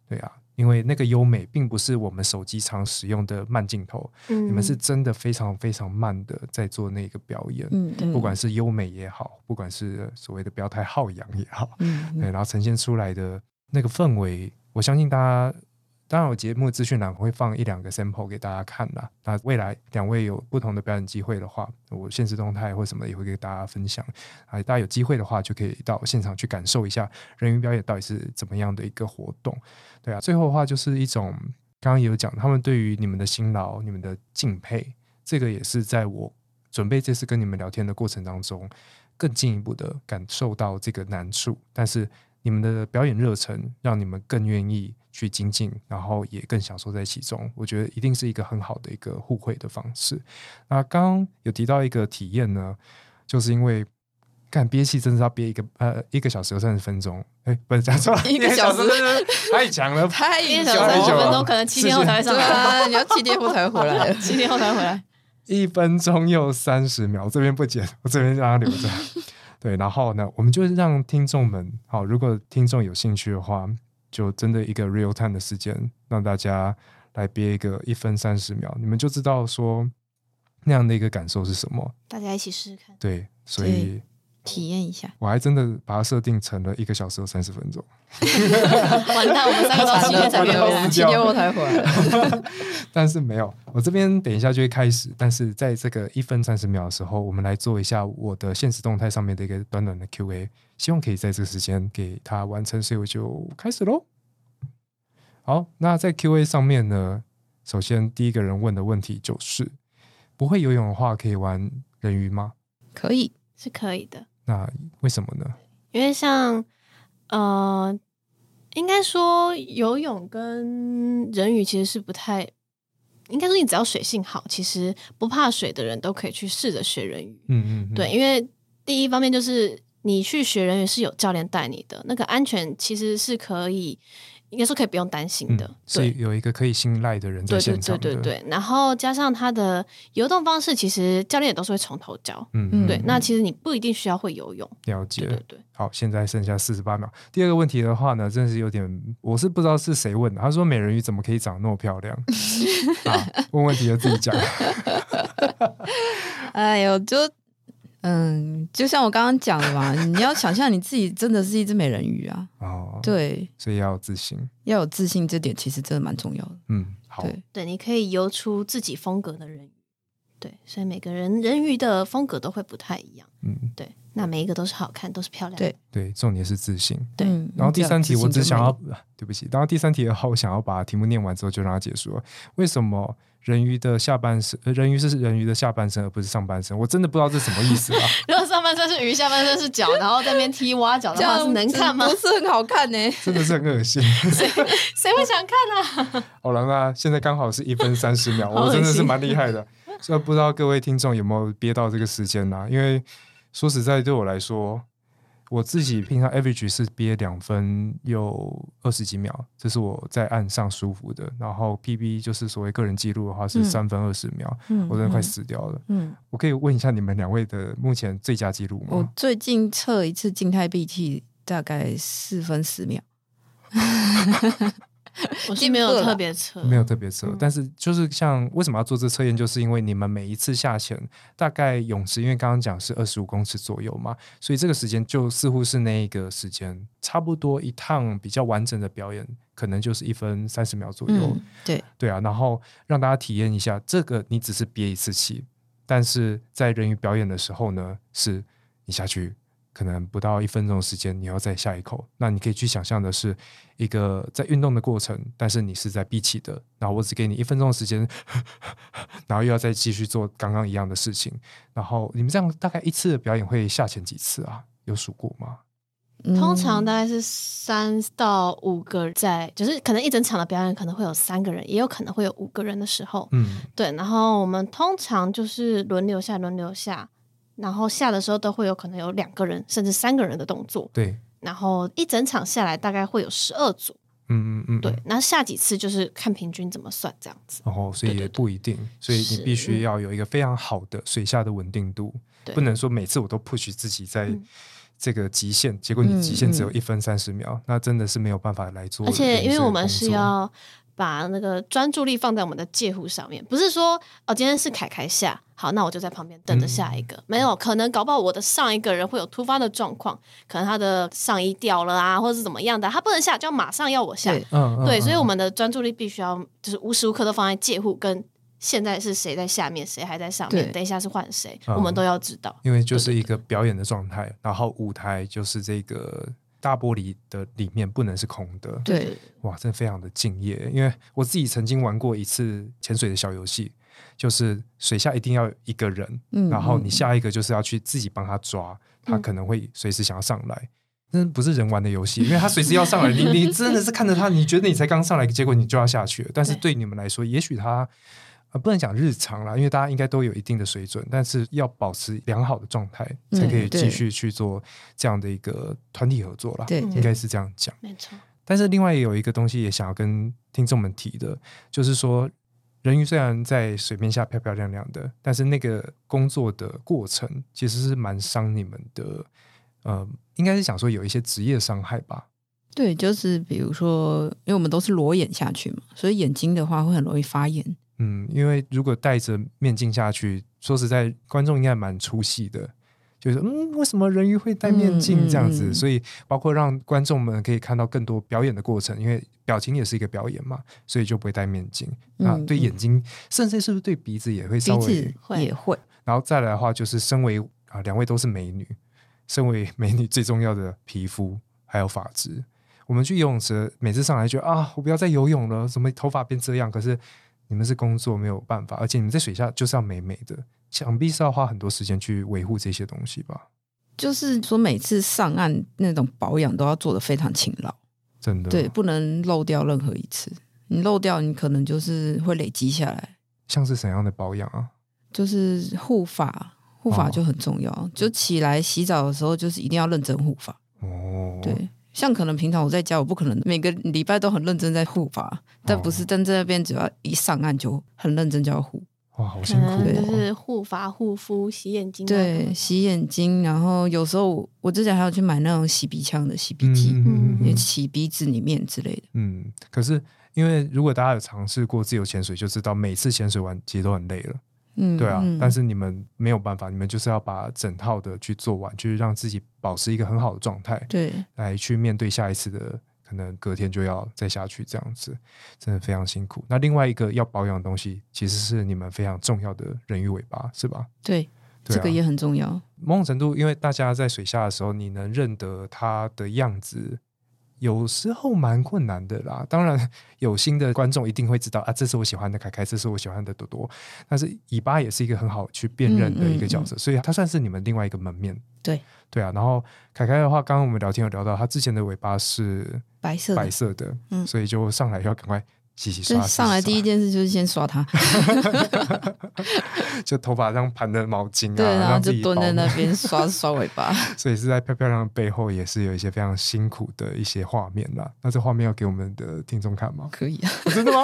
S1: 对啊，因为那个优美并不是我们手机常使用的慢镜头，
S3: 嗯
S1: 你们是真的非常非常慢的在做那个表演，
S2: 嗯，嗯
S1: 不管是优美也好，不管是所谓的不要太浩洋也好，
S2: 嗯
S1: 对，
S2: 嗯
S1: 然后呈现出来的那个氛围，我相信大家。当然，我节目资讯栏会放一两个 sample 给大家看啦。那未来两位有不同的表演机会的话，我现实动态或什么的也会给大家分享。啊，大家有机会的话，就可以到现场去感受一下人鱼表演到底是怎么样的一个活动。对啊，最后的话就是一种刚刚也有讲，他们对于你们的辛劳、你们的敬佩，这个也是在我准备这次跟你们聊天的过程当中，更进一步的感受到这个难处。但是你们的表演热忱，让你们更愿意去精进，然后也更享受在其中。我觉得一定是一个很好的一个互惠的方式。那刚刚有提到一个体验呢，就是因为。干憋气真的是要憋一个呃一个小时有三十分钟，哎、不是讲错了，
S2: 一个 小时
S1: 太强了，
S2: 太
S3: 一天
S1: 小
S3: 小
S1: 时三十
S3: 时三十
S1: 久
S3: 分
S1: 了
S3: 钟，可能七天
S1: 是
S3: 后才会上
S2: 对
S3: 班，
S2: 啊，你要七天后才回来
S3: 七天后才回来。
S1: 一分钟又三十秒，我这边不剪，我这边让它留着。对，然后呢，我们就让听众们，好，如果听众有兴趣的话，就真的一个 real time 的时间，让大家来憋一个一分三十秒，你们就知道说那样的一个感受是什么。
S3: 大家一起试试看。
S1: 对，所以
S2: 对体验一下。
S1: 我还真的把它设定成了一个小时有三十分钟。
S3: 完蛋，我们 三个到七天才没有回来。
S2: 七天后才回来。
S1: 但是没有，我这边等一下就会开始。但是在这个一分三十秒的时候，我们来做一下我的现实动态上面的一个短短的 Q&A，希望可以在这个时间给它完成，所以我就开始喽。好，那在 Q&A 上面呢，首先第一个人问的问题就是：不会游泳的话可以玩人鱼吗？
S2: 可以，
S3: 是可以的，
S1: 那为什么呢？
S3: 因为像呃，应该说游泳跟人鱼其实是不太，应该说你只要水性好，其实不怕水的人都可以去试着学人鱼。
S1: 嗯嗯，嗯
S3: 对，，因为第一方面就是你去学人鱼是有教练带你的，那个安全其实是可以，应该说可以不用担心的。
S1: 嗯，所
S3: 对。
S1: 以有一个可以信赖的人在
S3: 对对
S1: 现场
S3: 对
S1: 的，
S3: 对对，然后加上它的游动方式，其实教练也都是会从头教。
S1: 嗯，嗯
S2: 嗯
S3: 对，那其实你不一定需要会游泳。
S1: 了解，
S3: 对对对，
S1: 好，现在剩下四十八秒。第二个问题的话呢，真是有点，我是不知道是谁问的。他说美人鱼怎么可以长得那么漂 亮？啊，问问题就自己讲。
S2: 哎呦，就嗯，就像我刚刚讲的 嘛，你要想象你自己真的是一只美人鱼啊，
S1: 哦，，
S2: 对，
S1: 所以要有自信。
S2: 要有自信，这点其实真的蛮重要的。
S1: 嗯，好，
S2: 对
S3: 对，你可以游出自己风格的人鱼。对，所以每个人人鱼的风格都会不太一样。
S1: 嗯，
S3: 对，那每一个都是好看，都是漂亮的。
S2: 对
S1: 对，重点是自信。
S3: 对
S2: 嗯
S1: 然后第三题，我只想，要
S2: 这样自信就没了
S1: 对不起。然后第三题的话，我想要把题目念完之后就让它结束了。为什么人鱼的下半身，呃人鱼是人鱼的下半身，而不是上半身？我真的不知道这什么意思啊！
S3: 如果上半身是鱼，下半身是脚，然后在那边踢蛙脚
S2: 这
S3: 的话，是
S2: 样
S3: 能看吗
S2: 不？是很好看呢、
S1: 真的是很恶心。
S3: 谁会想看啊？
S1: 好了，那现在刚好是一分三十秒，
S3: 好恶
S1: 我真的是
S3: 心
S1: 蛮厉害的。所以不知道各位听众有没有憋到这个时间啦、因为说实在，对我来说，我自己平常 average 是憋两分又二十几秒，这是我在岸上舒服的。然后 PB 就是所谓个人记录的话是
S2: 嗯
S1: 三分二十秒，
S2: 嗯
S1: 我真的快死掉了。
S2: 嗯，
S1: 我可以问一下你们两位的目前最佳记录
S2: 我
S1: 吗？
S2: 最近测一次静态闭气，大概四分十秒。
S3: 我是没有特别测，
S1: 没有特别测，
S3: 嗯
S1: 但是就是像为什么要做这测验，就是因为你们每一次下潜，大概泳池，因为刚刚讲是二十五公尺左右嘛，所以这个时间就似乎是那一个时间，差不多一趟比较完整的表演，可能就是一分三十秒左右，
S2: 嗯，对，
S1: 对啊，然后让大家体验一下，这个你只是憋一次气，但是在人鱼表演的时候呢，是你下去可能不到一分钟的时间，你要再下一口。那你可以去想象的是一个在运动的过程，但是你是在闭气的，然后我只给你一分钟的时间， 然后又要再继续做刚刚一样的事情。然后你们这样大概一次的表演会下潜几次啊？有数过吗？
S2: 嗯
S3: 通常大概是三到五个在，就是可能一整场的表演可能会有三个人，也有可能会有五个人的时候。
S1: 嗯，
S3: 对，然后我们通常就是轮流下，轮流下，然后下的时候都会有可能有两个人甚至三个人的动作，
S1: 对，
S3: 然后一整场下来大概会有十二组。
S1: 嗯嗯嗯，
S3: 对，那下几次就是看平均怎么算这样子。
S1: 然后所以
S3: 对对
S1: 也
S3: 对
S1: 不一定，所以你
S3: 是
S1: 必须
S3: 嗯
S1: 要有一个非常好的水下的稳定度，
S3: 对
S1: 不能说每次我都 push 自己在
S3: 嗯
S1: 这个极限，结果你极限只有
S2: 嗯
S1: 一分三十秒，那真的是没有办法来做
S3: 而
S1: 人生的工作。
S3: 且因为我们是要把那个专注力放在我们的介乎上面，不是说哦今天是凯凯下，好，那我就在旁边等着下一个。
S1: 嗯
S3: 没有，可能搞不好我的上一个人会有突发的状况，可能他的上衣掉了啊，或者是怎么样的，他不能下，就要马上要我下。
S2: 对
S1: 嗯，嗯
S3: 对，所以
S1: 嗯
S3: 我们的专注力必须要就是无时无刻都放在介乎跟现在是谁在下面，谁还在上面，
S2: 对
S3: 等一下是换谁，
S1: 嗯
S3: 我们都要知道。
S1: 因为就
S3: 对
S1: 是
S3: 对
S1: 一个表演的状态，然后舞台就是这个大玻璃的里面不能是空的，
S2: 对，
S1: 哇，真的非常的敬业。因为我自己曾经玩过一次潜水的小游戏，就是水下一定要有一个人，
S2: 嗯
S1: 然后你下一个就是要去自己帮他抓，他
S3: 嗯
S1: 可能会随时想要上来。那不是人玩的游戏，因为他随时要上 来，你你真的是看着他，你觉得你才刚上来，结果你就要下去了。但是对你们来说，也许他呃不能讲日常啦，因为大家应该都有一定的水准，但是要保持良好的状态，才可以
S2: 嗯对
S1: 继续去做这样的一个团体合作啦。
S2: 对
S1: 应
S2: 对
S1: 该是这样讲。
S3: 没错，
S1: 但是另外有一个东西也想要跟听众们提的，就是说，人鱼虽然在水面下漂漂亮亮的，但是那个工作的过程其实是蛮伤你们的，呃，应该是想说有一些职业伤害吧。
S2: 对，就是比如说，因为我们都是裸眼下去嘛，所以眼睛的话会很容易发炎。
S1: 嗯，因为如果戴着面镜下去，说实在，观众应该蛮出戏的。就是嗯，为什么人鱼会戴面
S2: 嗯
S1: 镜
S2: 嗯
S1: 这样子？
S2: 嗯
S1: 所以包括让观众们可以看到更多表演的过程，因为表情也是一个表演嘛，所以就不会戴面镜。那
S2: 嗯
S1: 对
S2: 嗯
S1: 眼睛，甚至是不是对鼻子也会稍
S2: 鼻
S1: 微
S2: 子
S3: 会
S2: 也会，
S1: 然后再来的话，就是身为啊两位都是美女，身为美女最重要的皮肤还有发质。我们去游泳池，每次上来就啊，我不要再游泳了，怎么头发变这样？可是你们是工作没有办法，而且你们在水下就是要美美的，想必是要花很多时间去维护这些东西吧？
S2: 就是说每次上岸那种保养都要做的非常勤劳，
S1: 真的，
S2: 对，，不能漏掉任何一次。你漏掉，你可能就是会累积下来。
S1: 像是怎样的保养啊？
S2: 就是护发，护
S1: 哦
S2: 发就很重要。就起来洗澡的时候，就是一定要认真护发。
S1: 哦，
S2: 对，，像可能平常我在家，我不可能每个礼拜都很认真在护发，但
S1: 哦
S2: 不是真正那边只要一上岸就很认真就要护。
S1: 哇，好
S3: 可
S1: 辛苦
S3: 能就
S1: 哦，
S3: 是护发、护肤、洗眼睛、啊。
S2: 对，洗眼睛，然后有时候我我之前还要去买那种洗鼻腔的洗鼻剂，
S3: 嗯
S2: 也洗鼻子里面之类的。
S1: 嗯，可是因为如果大家有尝试过自由潜水，就知道每次潜水完其实都很累了。
S2: 嗯，
S1: 对啊，
S2: 嗯
S1: 但是你们没有办法，你们就是要把整套的去做完，就是让自己保持一个很好的状态，
S2: 对
S1: 来去面对下一次的可能隔天就要再下去这样子，真的非常辛苦。那另外一个要保养的东西，其实是你们非常重要的人鱼尾巴，是吧？
S2: 对，
S1: 对
S2: 这个
S1: 啊
S2: 也很重要。
S1: 某种程度，因为大家在水下的时候，你能认得它的样子，有时候蛮困难的啦。当然，有心的观众一定会知道啊，这是我喜欢的凯凯，这是我喜欢的多多。但是尾巴也是一个很好去辨认的一个角色，所以它算是你们另外一个门面。
S2: 嗯对
S1: 对啊，然后凯凯的话，刚刚我们聊天有聊到，他之前的尾巴是
S2: 白色的
S1: 白，色的，
S2: 嗯
S1: 所以就上来要赶快洗洗
S2: 所
S1: 刷，
S2: 以上来第一
S1: 一
S2: 件事就是先刷它，
S1: 就头发上盘的毛巾啊，
S2: 对，然后
S1: 让
S2: 就
S1: 自己
S2: 蹲在
S1: 保
S2: 那
S1: 暖
S2: 边刷刷尾巴。
S1: 所以是在漂漂亮的背后，也是有一些非常辛苦的一些画面啦。那这画面要给我们的听众看 吗？
S2: 可以啊，
S1: 真的吗？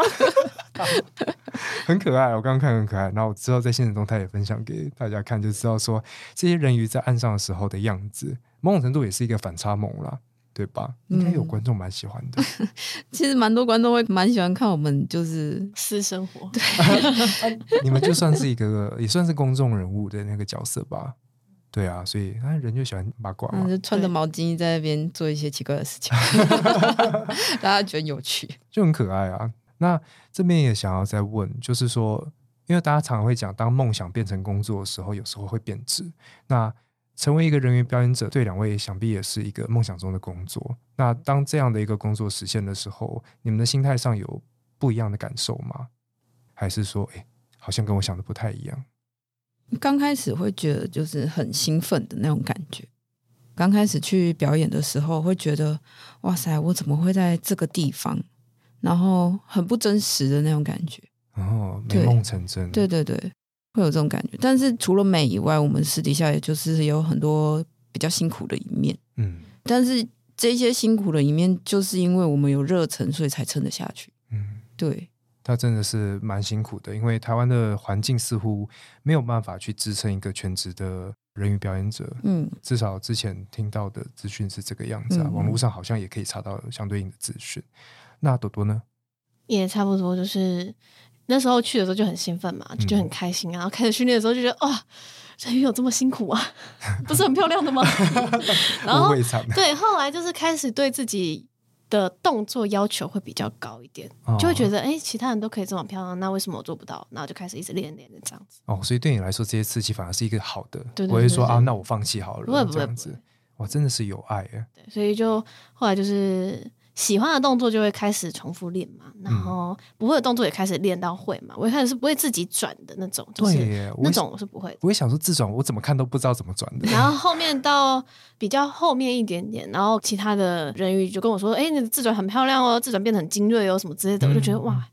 S1: 很可爱，我刚刚看很可爱。然后我之后在现实动态也分享给大家看，就知道说这些人鱼在岸上的时候的样子，某种程度也是一个反差萌啦，对吧？应该有
S2: 嗯
S1: 观众蛮喜欢的。
S2: 其实蛮多观众会蛮喜欢看我们，就是
S3: 私生活，
S1: 你们就算是一个，也算是公众人物的那个角色吧。对啊，所以啊，人就喜欢八卦嘛
S2: 嗯，。就穿着
S3: 对
S2: 毛巾在那边做一些奇怪的事情， 大家觉得有趣。
S1: 就很可爱啊。那这边也想要再问，就是说，因为大家常常会讲，当梦想变成工作的时候，有时候会变质。那成为一个人员表演者，对两位想必也是一个梦想中的工作。那当这样的一个工作实现的时候，你们的心态上有不一样的感受吗？还是说，哎、好像跟我想的不太一样？
S2: 刚开始会觉得就是很兴奋的那种感觉。刚开始去表演的时候，会觉得哇塞，我怎么会在这个地方？然后很不真实的那种感觉。
S1: 哦，美
S2: 对
S1: 梦成真，
S2: 对对对，会有这种感觉。但是除了美以外，我们私底下也就是有很多比较辛苦的一面。
S1: 嗯
S2: 但是这些辛苦的一面，就是因为我们有热忱，所以才撑得下去。
S1: 嗯。
S2: 对，
S1: 他真的是蛮辛苦的，因为台湾的环境似乎没有办法去支撑一个全职的人鱼表演者，
S2: 嗯，
S1: 至少之前听到的资讯是这个样子啊，
S2: 嗯
S1: 网络上好像也可以查到相对应的资讯。那朵朵呢？
S3: 也差不多，就是那时候去的时候就很兴奋嘛，就就
S1: 嗯
S3: 很开心啊。然后开始训练的时候就觉得，哇、人鱼有这么辛苦啊， 不是很漂亮的吗？ 然
S1: 我
S3: 后
S1: 胃惨，
S3: 哦对，后来就是开始对自己的动作要求会比较高一点，
S1: 哦
S3: 就会觉得，哎、其他人都可以这么漂亮，那为什么我做不到？然后就开始一直练练练这样子。
S1: 哦，所以对你来说这些刺激反而是一个好的，
S3: 对对
S1: 我会说
S3: 对对
S1: 啊，那我放弃好了，
S3: 不会不
S1: 这
S3: 会
S1: 样子，哇，真的是有爱耶，
S3: 对，所以就后来就是喜欢的动作就会开始重复练嘛，
S1: 嗯
S3: 然后不会的动作也开始练到会嘛。我一开始是不会自己转的那种，就
S1: 对
S3: 是
S1: 耶，我
S3: 那
S1: 也
S3: 种我是不会的。
S1: 我也想说自转，我怎么看都不知道怎么转的，
S3: 然后后面到比较后面一点点，然后其他的人鱼就跟我说：“哎、你的自转很漂亮哦，自转变得很精锐哦，什么之类的。”我就觉得
S1: 嗯
S3: 哇，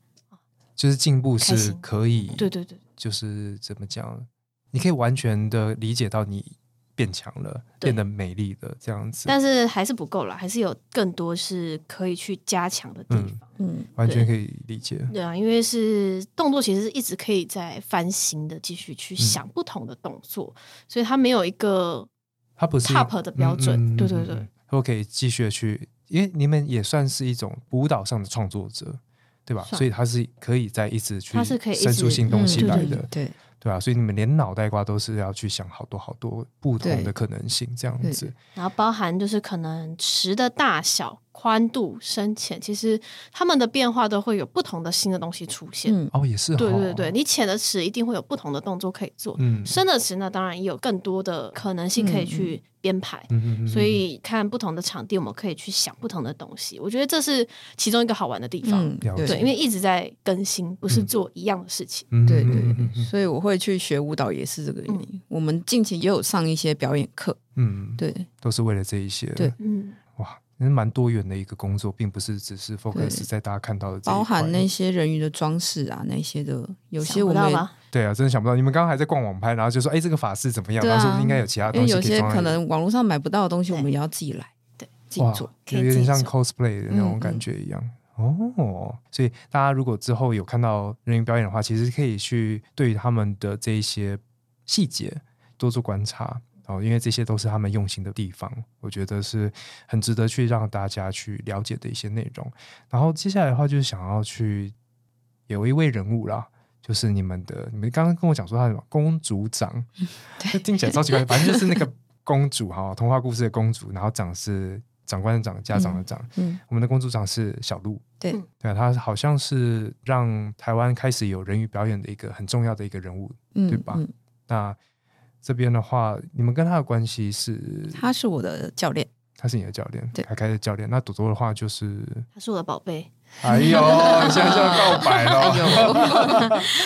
S1: 就是进步
S3: 开
S1: 是
S3: 心
S1: 可以，
S3: 对对对，
S1: 就是怎么讲，你可以完全的理解到你变强了，
S3: 对
S1: 变得美丽了，这样子，
S3: 但是还是不够啦，还是有更多是可以去加强的地
S1: 嗯
S3: 方。
S2: 嗯，
S1: 完全可以理解。
S3: 对啊，因为是动作，其实是一直可以在翻新的，继续
S1: 嗯
S3: 去想不同的动作，所以它没有一个
S1: 它不是嗯
S3: top 的标准对对对，
S1: 都可以继续地去，因为你们也算是一种舞蹈上的创作者，对吧？
S3: 算
S1: 所以它是可以在一直去
S3: 它是可以一直
S1: 生出新东西
S3: 嗯
S1: 来
S3: 对
S1: 的，
S2: 对对
S1: 对吧？啊所以你们连脑袋瓜都是要去想好多好多不同的
S2: 对
S1: 可能性，这样子。
S3: 然后包含就是可能池的大小、宽度、深浅，其实它们的变化都会有不同的新的东西出现。
S2: 嗯，
S1: 哦，也是、哦，
S3: 对对对，，你浅的池一定会有不同的动作可以做，
S1: 嗯
S3: 深的池呢当然也有更多的可能性可以去编排。
S1: 嗯嗯嗯，
S3: 所以看不同的场地，我们可以去想不同的东西。我觉得这是其中一个好玩的地方。
S2: 嗯，
S1: 了解
S3: 对，
S2: 对嗯
S3: 因为一直在更新，不是做一样的事情。
S1: 嗯
S2: 对
S1: 嗯
S2: 对
S1: 嗯嗯
S2: 对，所以我会去学舞蹈也是这个原因。
S3: 嗯
S2: 我们近期也有上一些表演课，
S1: 嗯，
S2: 对
S1: 都是为了这一些，
S2: 对，
S3: 嗯，
S1: 哇。那蛮多元的一个工作，并不是只是 focus
S2: 对
S1: 在大家看到的这一
S2: 包含
S1: 块
S2: 那些人鱼的装饰啊，那些的有些
S3: 想
S2: 我
S3: 不到
S2: 们也
S3: 吧？
S1: 对啊，真的想不到，你们刚刚还在逛网拍，然后就说哎，这个法式怎么样？
S2: 对
S1: 然
S2: 啊
S1: 后说不定应该有其他
S2: 因
S1: 东
S2: 为
S1: 西
S2: 有
S1: 可以
S2: 些
S1: 装在
S2: 可能网络上买不到的东西，
S3: 对
S2: 我们也要自己来，
S3: 对，
S2: 自己做。
S3: 可以
S1: 有有
S3: 自
S1: 点
S3: 己
S1: 像
S3: 做
S1: cosplay 的那种
S2: 嗯
S1: 感
S2: 嗯
S1: 觉一样。哦，所以大家如果之后有看到人员表演的话，其实可以去对于他们的这一些细节多做观察。哦，因为这些都是他们用心的地方，我觉得是很值得去让大家去了解的一些内容。然后接下来的话，就是想要去有一位人物啦，就是你们的，你们刚刚跟我讲说她什么公主长，
S2: 嗯
S1: 这听起来超奇怪，反正就是那个公主哈，童话故事的公主，然后长是长官的长，家长的长。
S2: 嗯，
S1: 我们的公主长是小鹿，
S2: 对
S3: 嗯
S1: 对啊，她好像是让台湾开始有人鱼表演的一个很重要的一个人物。
S2: 嗯，
S1: 对吧
S2: 嗯，
S1: 那这边的话，你们跟她的关系是，
S2: 他是我的教 练，
S1: 她是你的教练，
S2: 对
S1: 凯凯的教练。那朵朵的话 就是，
S3: 他是我的宝贝，
S1: 哎呦，你现在就要告白
S2: 哎
S1: 了，哦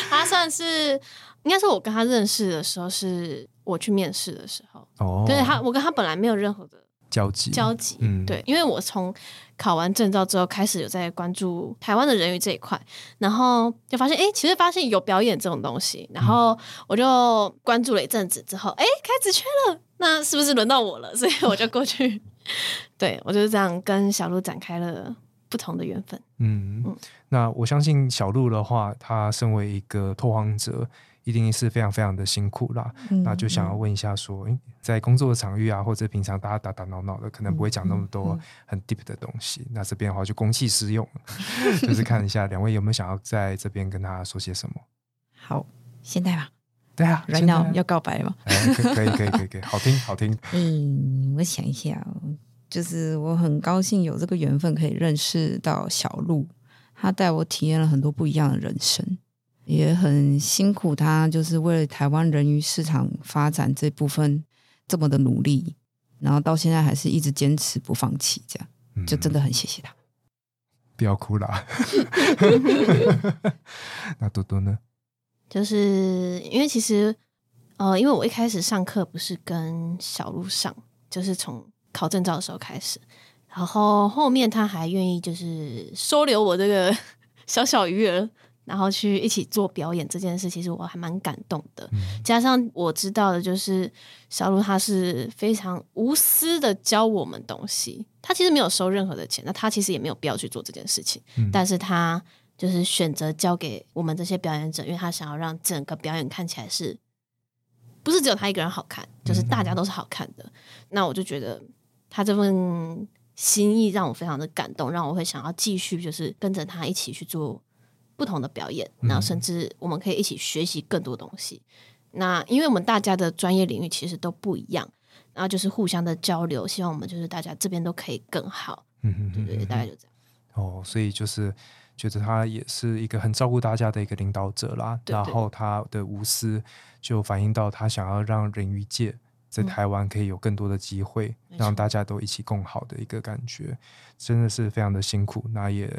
S3: 他算是应该是我跟他认识的时候，是我去面试的时候，
S1: 哦，
S3: 就是他我跟他本来没有任何的
S1: 交集，
S3: 交集，
S1: 嗯
S3: 对，因为我从考完证照之后开始有在关注台湾的人鱼这一块，然后就发现，诶，其实发现有表演这种东西，然后我就关注了一阵子之后，诶，开始缺了，那是不是轮到我了？所以我就过去， 对我就是这样跟小鹿展开了不同的缘分。
S1: 嗯
S3: 嗯，
S1: 那我相信小鹿的话，他身为一个拓荒者，一定是非常非常的辛苦啦。
S2: 嗯
S1: 那就想要问一下说，诶在工作的场域啊，或者平常大家打打闹闹的，可能不会讲那么多
S2: 嗯
S1: 很 deep 的东西。那这边的话就公器私用， 就是看一下两位有没有想要在这边跟他说些什么。
S2: 好，现在吧
S1: 对啊，
S2: ，right
S1: 现在
S2: now 要告白了吗？
S1: 哎可可以可以可以可以，好听好听，
S2: 嗯，我想一下哦，就是我很高兴有这个缘分可以认识到小鹿，他带我体验了很多不一样的人生，也很辛苦他就是为了台湾人鱼市场发展这部分这么的努力，然后到现在还是一直坚持不放弃，这样
S1: 嗯
S2: 就真的很谢谢他。
S1: 不要哭啦。 那多多呢？
S3: 就是因为其实，呃，因为我一开始上课不是跟小鹿上，就是从考证照的时候开始，然后后面他还愿意就是收留我这个 小小鱼儿，然后去一起做表演这件事，其实我还蛮感动的。
S1: 嗯
S3: 加上我知道的就是小鹿他是非常无私的教我们东西，他其实没有收任何的钱，那他其实也没有必要去做这件事情。
S1: 嗯
S3: 但是他就是选择交给我们这些表演者，因为他想要让整个表演看起来是，不是只有他一个人好看，
S1: 嗯
S3: 就是大家都是好看的。那我就觉得他这份心意让我非常的感动，让我会想要继续就是跟着他一起去做不同的表演，
S1: 嗯
S3: 然后甚至我们可以一起学习更多东西。那因为我们大家的专业领域其实都不一样，然后就是互相的交流，希望我们就是大家这边都可以更好，
S1: 嗯嗯
S3: 对对对，大概就这样。
S1: 哦，所以就是觉得他也是一个很照顾大家的一个领导者啦。
S3: 对
S1: 然
S3: 对
S1: 后他的无私就反映到他想要让人鱼界在
S3: 嗯
S1: 台湾可以有更多的机会，
S3: 没
S1: 让
S3: 错
S1: 大家都一起共好的一个感觉，真的是非常的辛苦。那也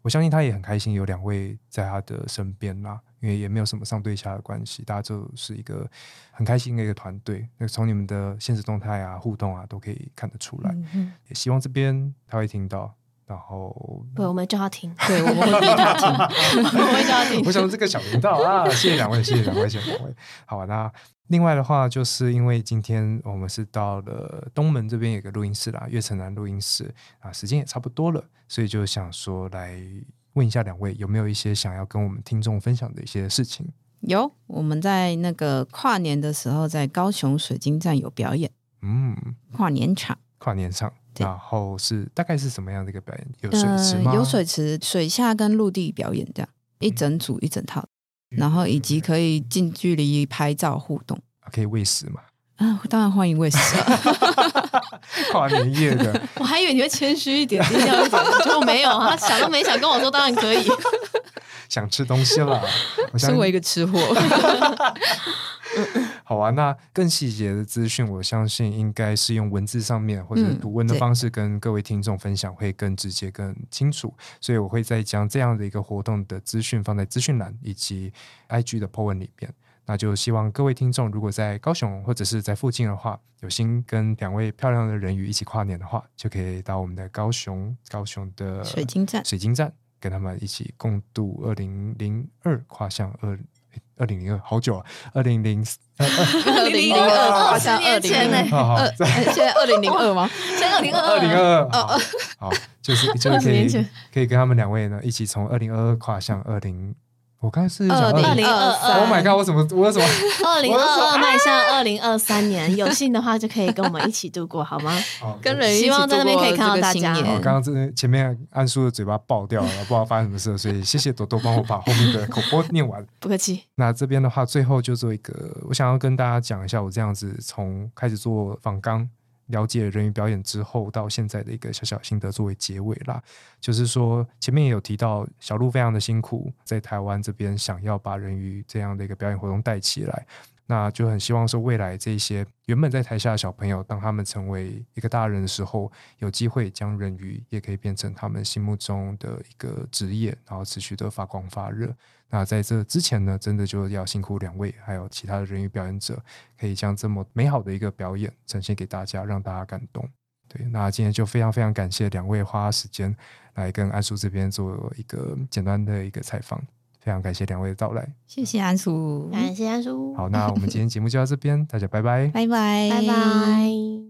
S1: 我相信他也很开心有两位在他的身边啦。因为也没有什么上对下的关系，大家就是一个很开心的一个团队。那从你们的现实动态啊、互动啊，都可以看得出来。
S2: 嗯哼
S1: 也希望这边他会听到，然后
S3: 对，我们叫他听，
S2: 对，我们会逼他听。
S3: 我会叫他听
S1: 我。想这个小频道啊，谢谢两位，谢谢两位，谢谢两位。好吧，那另外的话，就是因为今天我们是到了东门这边有一个录音室啦，月城南录音室啊，时间也差不多了，所以就想说来问一下两位有没有一些想要跟我们听众分享的一些事情。
S2: 有，我们在那个跨年的时候，在高雄水晶站有表演
S1: 嗯，
S2: 跨年场。
S1: 跨年场，
S2: 对
S1: 然后是大概是什么样的一个表演？有水池
S2: 呃
S1: 吗？，
S2: 有水池、嗯水下跟陆地表演这样一整组一整套，
S1: 嗯
S2: 然后以及可以近距离拍照互动
S1: 可以喂食嘛？
S2: 啊，当然欢迎喂食啊，
S1: 跨年夜的，
S3: 我还以为你会谦虚一点，低 调一点，结果没有啊，想都没想跟我说，当然可以。
S1: 想吃东西了。我相
S2: 身为
S1: 信
S2: 一个 吃货，
S1: 好啊，那更细节的资讯，我相信应该是用文字上面或者
S2: 嗯
S1: 图文的
S2: 对
S1: 方式跟各位听众分享，会更直接、更清楚。所以我会再将这样的一个活动的资讯放在资讯栏以及 IG 的 po 文里面。那就希望各位听众，如果在高雄或者是在附近的话，有心跟两位漂亮的人鱼一起跨年的话，就可以到我们的高雄高雄的
S2: 水晶站
S1: 水晶站，跟他们一起共度二零零二跨向二二零零二，好久啊，二零零
S2: 二 零零二跨向二
S3: 2002
S2: 零零
S1: 好好
S2: 二，哎 现在二零零二吗？
S3: 像二零二
S1: 二零
S3: 二，
S1: 二二，好，就是就是可
S3: 20年
S1: 以
S3: 前
S1: 可以跟他们两位呢一起从二零二二跨向二零，我刚才是
S3: 哦
S1: 讲
S2: 二
S3: 2022
S2: 零二
S1: Oh
S2: 三
S1: my god！我怎么我有什么？
S3: 二零二二迈向二零二三年，有幸的话就可以跟我们一起度过，好吗？
S1: 哦
S2: 跟人
S3: 希望在那边可以看到大家
S1: 我刚刚真的前面安叔的嘴巴爆掉了，不知道发生什么事，所以谢谢朵朵帮我把后面的口播念完。
S3: 不客气。
S1: 那这边的话，最后就做一个，我想要跟大家讲一下，我这样子从开始做访纲，了解人鱼表演之后到现在的一个小小心得作为结尾啦。就是说前面也有提到，小鹿非常的辛苦，在台湾这边想要把人鱼这样的一个表演活动带起来。那就很希望说，未来这些原本在台下的小朋友，当他们成为一个大人的时候，有机会将人鱼也可以变成他们心目中的一个职业，然后持续的发光发热。那在这之前呢，真的就要辛苦两位，还有其他的人鱼表演者，可以将这么美好的一个表演呈现给大家，让大家感动。对，那今天就非常非常感谢两位花时间来跟安叔这边做一个简单的一个采访，非常感谢两位的到来。
S2: 谢谢安叔，
S3: 感谢安叔，
S1: 好，那我们今天节目就到这边，大家拜拜。
S2: 拜拜，
S3: 拜拜。